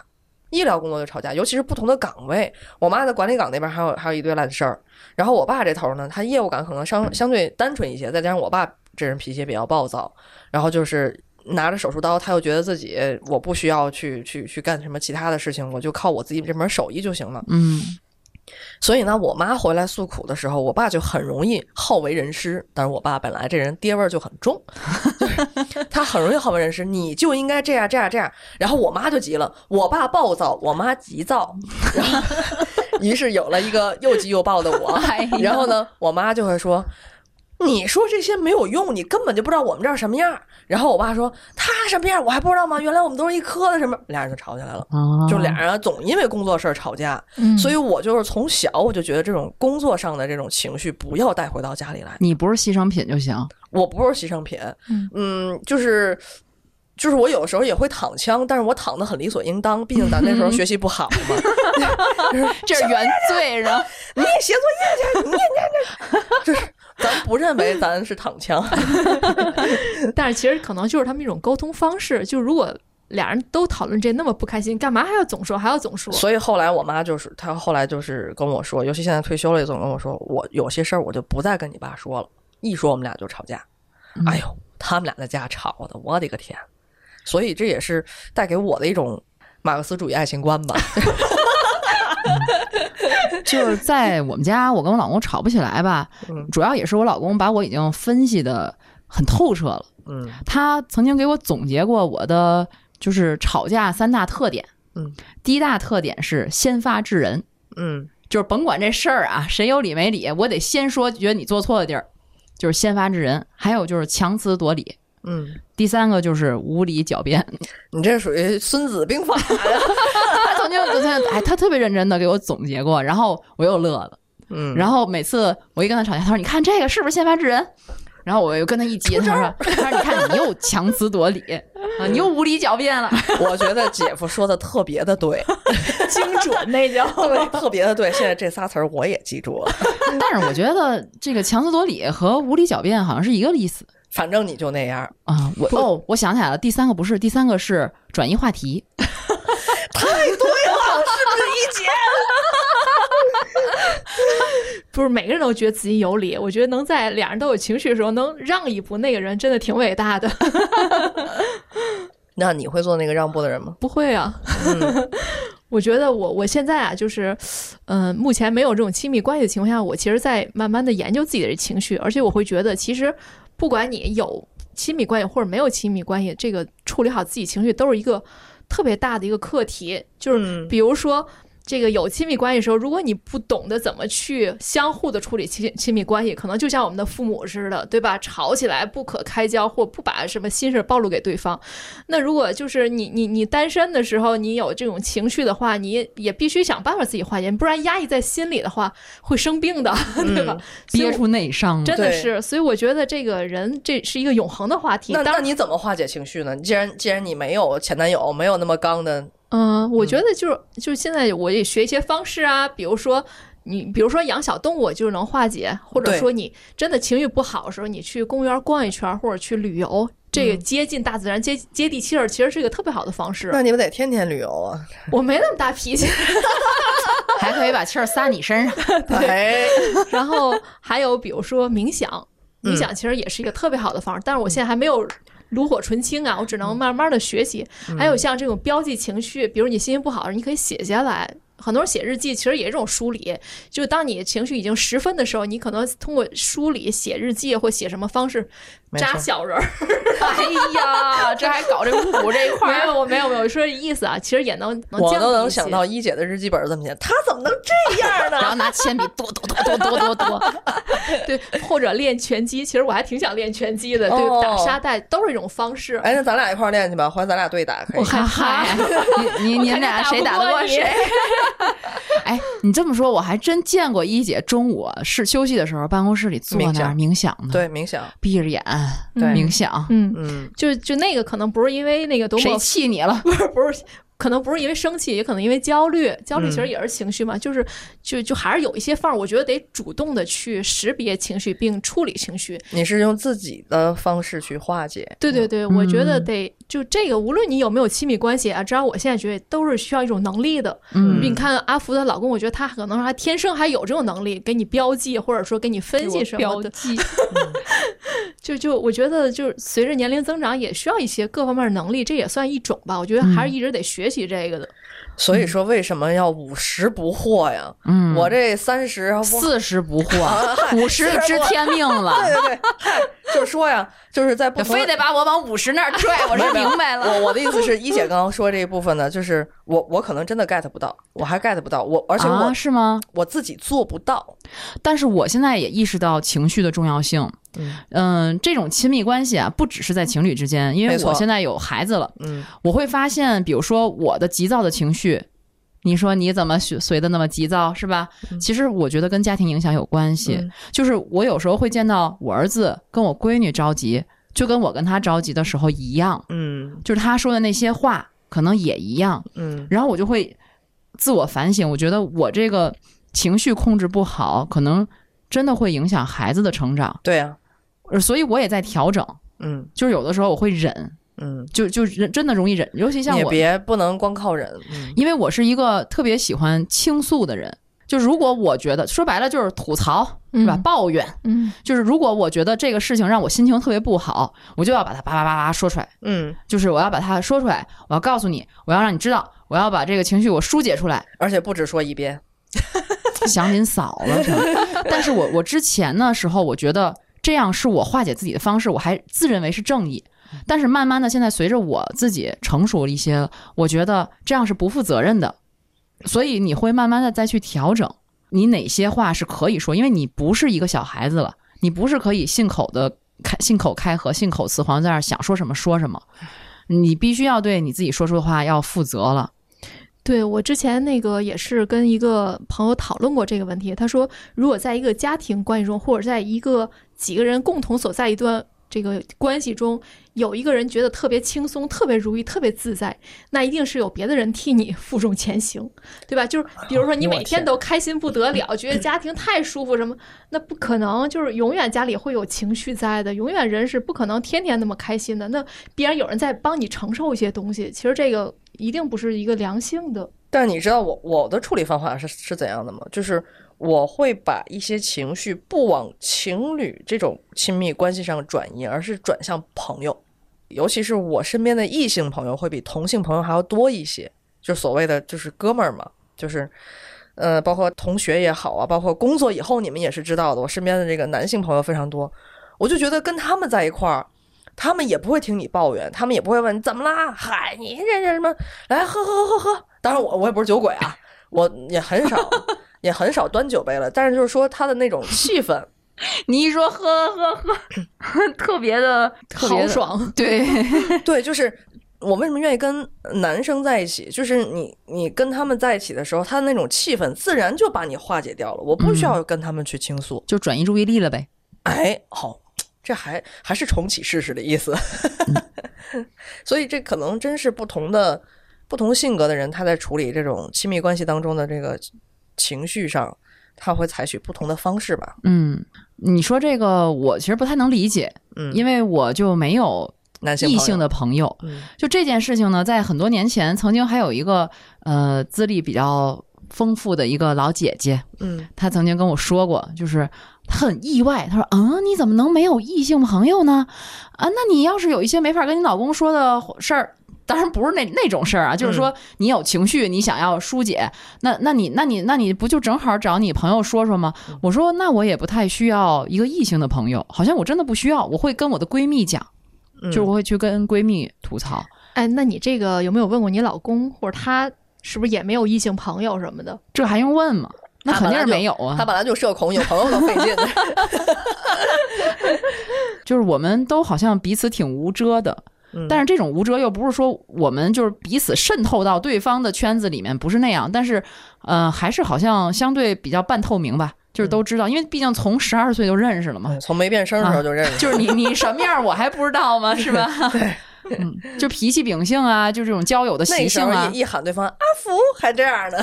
D: 医疗工作就吵架，尤其是不同的岗位。我妈在管理岗那边还有还有一堆烂事儿，然后我爸这头呢，他业务感可能相相对单纯一些，再加上我爸这人脾气比较暴躁，然后就是拿着手术刀，他又觉得自己我不需要去去去干什么其他的事情，我就靠我自己这门手艺就行了。
B: 嗯，
D: 所以呢，我妈回来诉苦的时候，我爸就很容易好为人师。但是我爸本来这人爹味儿就很重，就是他很容易好为人师，你就应该这样这样这样。然后我妈就急了，我爸暴躁，我妈急躁，然后于是有了一个又急又暴的我。然后呢，我妈就会说。你说这些没有用，你根本就不知道我们这儿什么样儿。然后我爸说他什么样儿我还不知道吗？原来我们都是一科的什么，俩人就吵起来了，
B: 哦
D: 就俩人总因为工作事儿吵架。
C: 嗯
D: 所以我就是从小我就觉得这种工作上的这种情绪不要带回到家里来。
B: 你不是牺牲品就行。
D: 我不是牺牲品，
C: 嗯
D: 就是就是我有时候也会躺枪，但是我躺的很理所应当，毕竟咱那时候学习不好 嘛。
B: 这是原罪，然后
D: 你也写作业去，你也你也你也， 就是咱不认为咱是躺枪。
C: 但是其实可能就是他们一种沟通方式，就如果俩人都讨论这那么不开心，干嘛还要总说，还要总说？
D: 所以后来我妈就是，她后来就是跟我说，尤其现在退休了，也总跟我说，我有些事儿我就不再跟你爸说了，一说我们俩就吵架。哎呦，他们俩在家吵的，我的个天！所以这也是带给我的一种马克思主义爱情观吧。
B: 就是在我们家，我跟我老公吵不起来吧
D: 嗯，
B: 主要也是我老公把我已经分析的很透彻了。
D: 嗯
B: 他曾经给我总结过我的就是吵架三大特点。
D: 嗯，
B: 第一大特点是先发制人，
D: 嗯
B: 就是甭管这事儿啊谁有理没理，我得先说觉得你做错的地儿，就是先发制人。还有就是强词夺理。
D: 嗯，
B: 第三个就是无理狡辩，
D: 你这属于《孙子兵法》呀。
B: 他曾经，他哎，他特别认真的给我总结过，然后我又乐了。
D: 嗯，
B: 然后每次我一跟他吵架，他说：“你看这个是不是先发制人？”然后我又跟他一急，他说：“他说你看你又强词夺理啊，你又无理狡辩了。
D: 我觉得姐夫说的特别的对，
C: 精准那叫。
D: 对，特别的对。现在这仨词儿我也记住了，”
B: 但是我觉得这个强词夺理和无理狡辩好像是一个意思
D: 反正你就那样。
B: 啊。我
D: 不
B: 哦，我想起来了，第三个不是，第三个是转移话题。
C: 不是每个人都觉得自己有理，我觉得能在俩人都有情绪的时候能让一步，那个人真的挺伟大的。
D: 那你会做那个让步的人吗？
C: 不会啊， 我觉得我我现在啊，就是，嗯、目前没有这种亲密关系的情况下，我其实在慢慢的研究自己的情绪，而且我会觉得，其实不管你有亲密关系或者没有亲密关系，这个处理好自己情绪都是一个特别大的一个课题。就是
D: 嗯
C: 比如说。这个有亲密关系的时候，如果你不懂得怎么去相互的处理亲亲密关系，可能就像我们的父母似的，对吧？吵起来不可开交，或不把什么心事暴露给对方。那如果就是你你你单身的时候，你有这种情绪的话，你也也必须想办法自己化解，不然压抑在心里的话会生病的，对吧？所以
B: 憋
C: 我
B: 出内伤了，
C: 真的
D: 嗯对
C: 是，所以我觉得这个人这是一个永恒的话题。
D: 那
C: 当
D: 那
C: 然，
D: 你怎么化解情绪呢？既然既然你没有前男友，没有那么刚的，
C: 嗯，我觉得就是就是现在我也学一些方式啊，比如说。你比如说养小动物就是能化解，或者
D: 对
C: 说你真的情绪不好的时候，你去公园逛一圈或者去旅游，这个
D: 嗯
C: 接近大自然、接接地气儿，其实是一个特别好的方式。
D: 那你们得天天旅游啊。
C: 我没那么大脾气，
B: 还可以把气儿撒你身上。
D: 哎，
C: 然后还有比如说冥想，
D: 嗯
C: 冥想其实也是一个特别好的方式，但是我现在还没有炉火纯青啊，我只能
D: 嗯
C: 慢慢的学习。还有像这种标记情绪，比如你心情不好，你可以写下来。很多人写日记其实也是一种梳理，就是当你情绪已经十分的时候，你可能通过梳理、写日记或写什么方式
D: 没
C: 扎
D: 错
C: 小人儿。
B: 哎呀，这还搞这五谷这一
C: 没有，我没有，没有，我说意思啊，其实也能能
D: 我
C: 降
D: 都
C: 低
D: 能
C: 一
D: 想
C: 些
D: 到一姐的日记本儿这么写，她怎么能这样 呢？
B: 然后拿铅笔剁剁剁剁剁剁剁，
C: 对，或者练拳击，其实我还挺想练拳击的，对，
D: 哦
C: 打沙袋都是一种方式。
D: 哎，那咱俩一块儿练去吧，或者咱俩对打可以
C: 我。害怕。
B: 你你你们俩谁打得过 谁？哎，你这么说，我还真见过一姐中午是休息的时候，办公室里坐
D: 冥
B: 那儿
D: 想
B: 冥想呢，
D: 对，冥想，
B: 闭着眼
D: 对
B: 冥想。
C: 嗯，
D: 嗯，
C: 就就那个可能不是因为那个多
B: 哎谁
C: 么
B: 气你了？
C: 不是不是，可能不是因为生气，也可能因为焦虑，焦虑其实
D: 嗯
C: 也是情绪嘛，就是就就还是有一些范儿，我觉得得主动的去识别情绪并处理情绪。
D: 你是用自己的方式去化解，
C: 对对对，我觉得
B: 嗯
C: 得就这个，无论你有没有亲密关系啊，至少我现在觉得都是需要一种能力的。
B: 嗯
C: 你看阿福的老公，我觉得他可能还天生还有这种能力，给你标记或者说给你分析什么的。
B: 记，
C: 就就我觉得，就是随着年龄增长，也需要一些各方面的能力，这也算一种吧。我觉得还是一直得学习这个的。
D: 所以说为什么要五十不惑呀？
B: 嗯，
D: 我这三十
B: 四十不惑，五啊十
D: 四十
B: 知
D: 不惑
B: 天命
D: 对
B: 了，
D: 对对，嗨，就是说呀，就是在不同的
B: 非得把我往五十 那儿拽，我是
D: 没有
B: 明白了。
D: 我我的意思是，一 姐刚刚说这一部分呢，就是我我可能真的 get 不到，我还 get 不到，我而且我、
B: 啊，是吗？
D: 我自己做不到。
B: 但是我现在也意识到情绪的重要性。
D: 嗯
B: 嗯，这种亲密关系啊，不只是在情侣之间，因为
D: 没错
B: 我现在有孩子了，
D: 嗯，
B: 我会发现，比如说我的急躁的情绪，你说你怎么随随的那么急躁，是吧？其实我觉得跟家庭影响有关系。
D: 嗯
B: 就是我有时候会见到我儿子跟我闺女着急，就跟我跟他着急的时候一样，
D: 嗯
B: 就是他说的那些话可能也一样，
D: 嗯，
B: 然后我就会自我反省，我觉得我这个情绪控制不好，可能真的会影响孩子的成长，
D: 对呀、
B: 呃所以我也在调整。
D: 嗯
B: 就是有的时候我会忍，
D: 嗯，
B: 就就忍真的容易忍，尤其像
D: 也
B: 我，
D: 别不能光靠忍。嗯
B: 因为我是一个特别喜欢倾诉的人。就如果我觉得说白了就是吐槽是吧，
C: 嗯
B: 抱怨，
C: 嗯，
B: 就是如果我觉得这个事情让我心情特别不好，我就要把它叭叭叭叭说出来，
D: 嗯，
B: 就是我要把它说出来，我要告诉你，我要让你知道，我要把这个情绪我疏解出来，
D: 而且不止说一遍。
B: 想您嫂了是吧？但是我我之前的时候，我觉得这样是我化解自己的方式，我还自认为是正义。但是慢慢的，现在随着我自己成熟了一些了，我觉得这样是不负责任的，所以你会慢慢的再去调整你哪些话是可以说，因为你不是一个小孩子了，你不是可以信口的开信口开河、信口雌黄，在那儿想说什么说什么，你必须要对你自己说出的话要负责了。
C: 对我之前那个也是跟一个朋友讨论过这个问题，他说，如果在一个家庭关系中，或者在一个几个人共同所在一段这个关系中，有一个人觉得特别轻松、特别如意、特别自在，那一定是有别的人替你负重前行， 对吧？就是比如说你
D: 我
C: 每天
D: 天
C: 都开心不得了，觉得家庭太舒服什么，那不可能，就是永远家里会有情绪在的，永远人是不可能天天那么开心的，那必然有人在帮你承受一些东西。其实这个一定不是一个良性的。
D: 但你知道我我的处理方法是是怎样的吗？就是我会把一些情绪不往情侣这种亲密关系上转移，而是转向朋友，尤其是我身边的异性朋友会比同性朋友还要多一些，就所谓的就是哥们儿嘛，就是。呃，包括同学也好啊，包括工作以后，你们也是知道的。我身边的这个男性朋友非常多，我就觉得跟他们在一块儿，他们也不会听你抱怨，他们也不会问你怎么啦，嗨，你这这什么，来哎喝喝喝喝喝。当然我，我也不是酒鬼啊，我也很少也很少端酒杯了。但是就是说他的那种气氛，
B: 你一说喝喝喝，特别的特别
C: 豪
B: 的，
C: 爽，
B: 对，
D: 对，就是我为什么愿意跟男生在一起，就是你你跟他们在一起的时候，他的那种气氛自然就把你化解掉了，我不需要跟他们去倾诉。
B: 就转移注意力了呗。
D: 哎，好、这还还是重启试试的意思。 所以这可能真是不同的不同性格的人，他在处理这种亲密关系当中的这个情绪上，他会采取不同的方式吧。
B: 嗯，你说这个我其实不太能理解，
D: 嗯，
B: 因为我就没有
D: 男性
B: 异
D: 朋
B: 性
D: 友
B: 的朋友。
D: 嗯
B: 就这件事情呢，在很多年前，曾经还有一个呃资历比较丰富的一个老姐姐，
D: 嗯
B: 她曾经跟我说过，就是她很意外，她说：“啊，你怎么能没有异性朋友呢？啊，那你要是有一些没法跟你老公说的事儿。”当然不是那那种事儿啊，就是
D: 嗯
B: 说你有情绪，你想要疏解，那那你那你那你不就正好找你朋友说说吗？
D: 嗯
B: 我说那我也不太需要一个异性的朋友，好像我真的不需要，我会跟我的闺蜜讲，
D: 嗯，
B: 就是我会去跟闺蜜吐槽。
C: 哎，那你这个有没有问过你老公，或者他是不是也没有异性朋友什么的？
B: 这还用问吗？那肯定是没有啊
D: 他，本来就社恐，有朋友都费 劲。
B: 就是我们都好像彼此挺无遮的，但
D: 是
B: 是这种无遮又不是说我们就是彼此渗透到对方的圈子里面，不是那样，但是呃，还是好像相对比较半透明吧，
D: 嗯
B: 就是都知道，因为毕竟从十二岁就认识了嘛，
D: 从没变声的时候就认识了。
B: 就是你你什么样我还不知道吗？是 吧？嗯，就脾气秉性啊，就这种交友的习
D: 那时
B: 性
D: 候
B: 啊，
D: 一一喊对方阿福，还这样呢。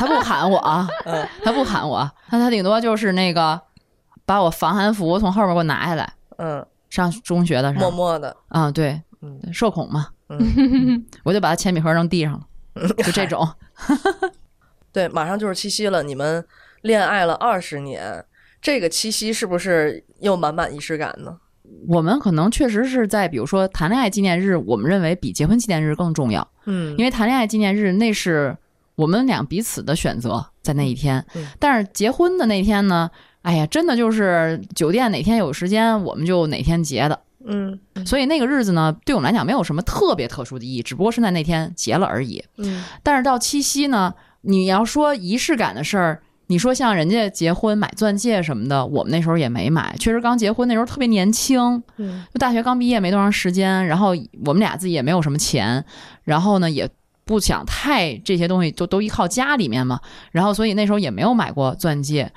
B: 他不喊我啊
D: 嗯，
B: 他不喊我，啊那他顶多就是那个把我防寒服从后面给我拿下来。
D: 嗯，
B: 上中学的时
D: 默
B: 候，
D: 默的，
B: 啊，对
D: 嗯，
B: 社恐嘛，
C: 嗯
B: 我就把他铅笔盒扔地上了，就这 种。
D: 对，马上就是七夕了，你们恋爱了二十年，这个七夕是不是又满满仪式感呢？
B: 我们可能确实是在，比如说谈恋爱纪念日，我们认为比结婚纪念日更重要，
D: 嗯
B: 因为谈恋爱纪念日那是我们俩彼此的选择在那一天
D: 嗯，
B: 但是结婚的那天呢，哎呀，真的就是酒店哪天有时间我们就哪天结的，
D: 嗯
B: 所以那个日子呢，对我们来讲没有什么特别特殊的意义，只不过是在那天结了而已。
D: 嗯
B: 但是到七夕呢，你要说仪式感的事儿，你说像人家结婚买钻戒什么的，我们那时候也没买，确实刚结婚那时候特别年轻，
D: 嗯
B: 就大学刚毕业没多长时间，然后我们俩自己也没有什么钱，然后呢也。不想太这些东西都都依靠家里面嘛，然后所以那时候也没有买过钻戒，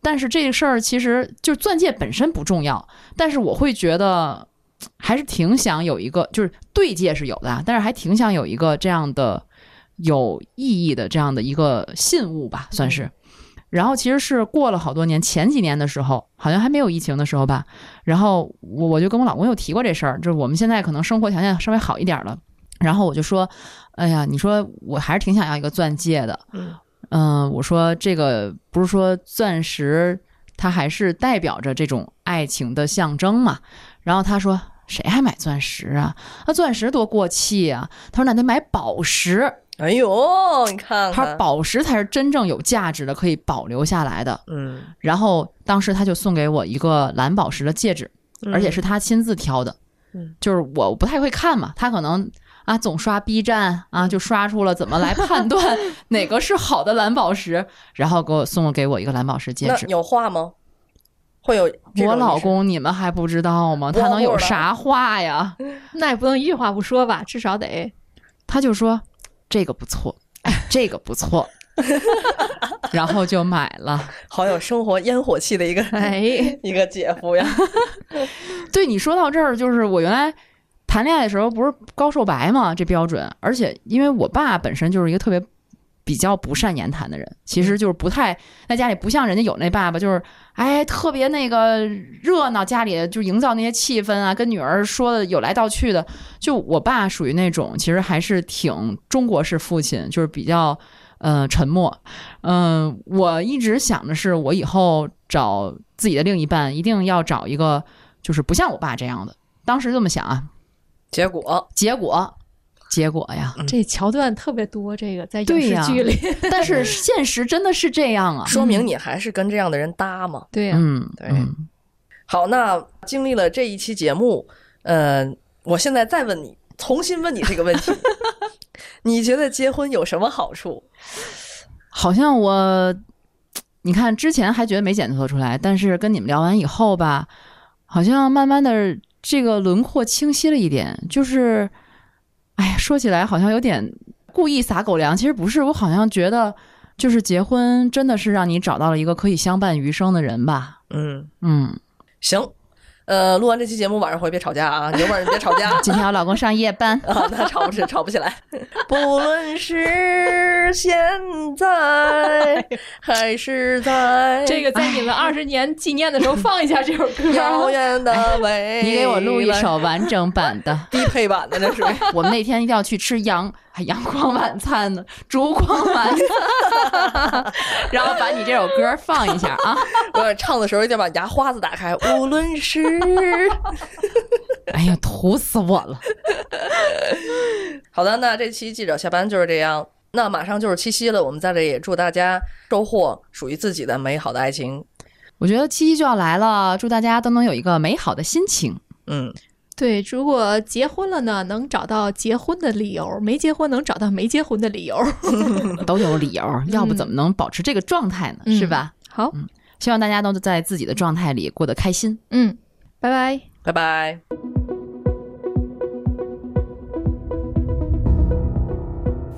B: 但是这个事儿其实就是钻戒本身不重要，但是我会觉得还是挺想有一个，就是对戒是有的啊，但是还挺想有一个这样的有意义的这样的一个信物吧，算是。然后其实是过了好多年，前几年的时候，好像还没有疫情的时候吧，然后我我就跟我老公有提过这事儿，就是我们现在可能生活条件稍微好一点了，然后我就说，哎呀，你说我还是挺想要一个钻戒的，
D: 嗯
B: 嗯，我说这个不是说钻石它还是代表着这种爱情的象征嘛？然后他说谁还买钻石啊？那钻石多过气啊！他说那得买宝石，
D: 哎呦，你看
B: 他说
D: 看，
B: 宝石才是真正有价值的，可以保留下来的。
D: 嗯，
B: 然后当时他就送给我一个蓝宝石的戒指，而且是他亲自挑的，
D: 嗯
B: 就是我不太会看嘛，他可能啊总刷 B 站
D: 嗯
B: 啊，就刷出了怎么来判 断哪个是好的蓝宝石，然后给我送了给我一个蓝宝石戒
D: 那
B: 指。
D: 有话吗？会有这种
B: 我老
D: 仪式
B: 公你们还不知道吗？
D: 我
B: 他能有
D: 我
B: 啥话 呀？
C: 那也不能一句话不说吧，至少得
B: 他就说这个不错，哎这个不 错，然后就买了。
D: 好有生活烟火气的一个
C: 哎，
D: 一个姐 夫呀，
B: 对你说到这儿，就是我原来谈恋爱的时候不是高瘦白嘛，这标准，而且因为我爸本身就是一个特别比较不善言谈的人，其实就是不太在家里不像人家有那爸爸，就是哎特别那个热闹，家里就营造那些气氛啊，跟女儿说的有来道去的。就我爸属于那种其实还是挺中国式父亲，就是比较。呃，沉默。嗯、我一直想的是，我以后找自己的另一半，一定要找一个就是不像我爸这样的。当时这么想啊，
D: 结 果
B: 结果，结果呀，
C: 这桥段特别多，这个在
B: 嗯
C: 影
B: 对
C: 视
B: 呀
C: 剧里，
B: 但是现实真的是这样啊。
D: 说明你还是跟这样的人搭嘛。
C: 对呀、
B: 嗯，
D: 对
B: 嗯
D: 好，那经历了这一期节目，呃，我现在再问你，重新问你这 个问题，你觉得结婚有什么好处？
B: 好像我，你看之前还觉得没检测出来，但是跟你们聊完以后吧，好像慢慢的这个轮廓清晰了一点。就是，哎呀，说起来好像有点故意撒狗粮，其实不是，我好像觉得就是结婚真的是让你找到了一个可以相伴余生的人吧。
D: 嗯，
B: 嗯，
D: 行，呃，录完这期节目晚上回去别吵架啊，你晚上别吵架
B: 今天我老公上夜班。
D: 啊，那吵不起，吵不 起来。不论是现 在还是在
C: 这个在你
B: 哎
C: 们二十年纪念的时候放一下这首
D: 遥
C: 歌。
D: 远的未来，。
B: 啊哎你给我录一首完整版的
D: 低配版的，那属于。
B: 我们那天一定要去吃阳还阳光晚餐呢，烛光晚餐， 然后把你这首歌放一下啊！
D: 我唱的时候一定要把牙花子打开。无论 是
B: 哎呀，土死我了！
D: 好的，那这期记者下班就是这样。那马上就是七夕了，我们在这里也祝大家收获属于自己的美好的爱情。
B: 我觉得七夕就要来了，祝大家都能有一个美好的心情。
D: 嗯，
C: 对，如果结婚了呢，能找到结婚的理由；没结婚能找到没结婚的理由。
B: 都有理由，要不怎么能保持这个状态呢？
C: 嗯
B: 是吧？
C: 好，
B: 希望大家都在自己的状态里过得开心。
C: 嗯，拜拜。
D: 拜拜。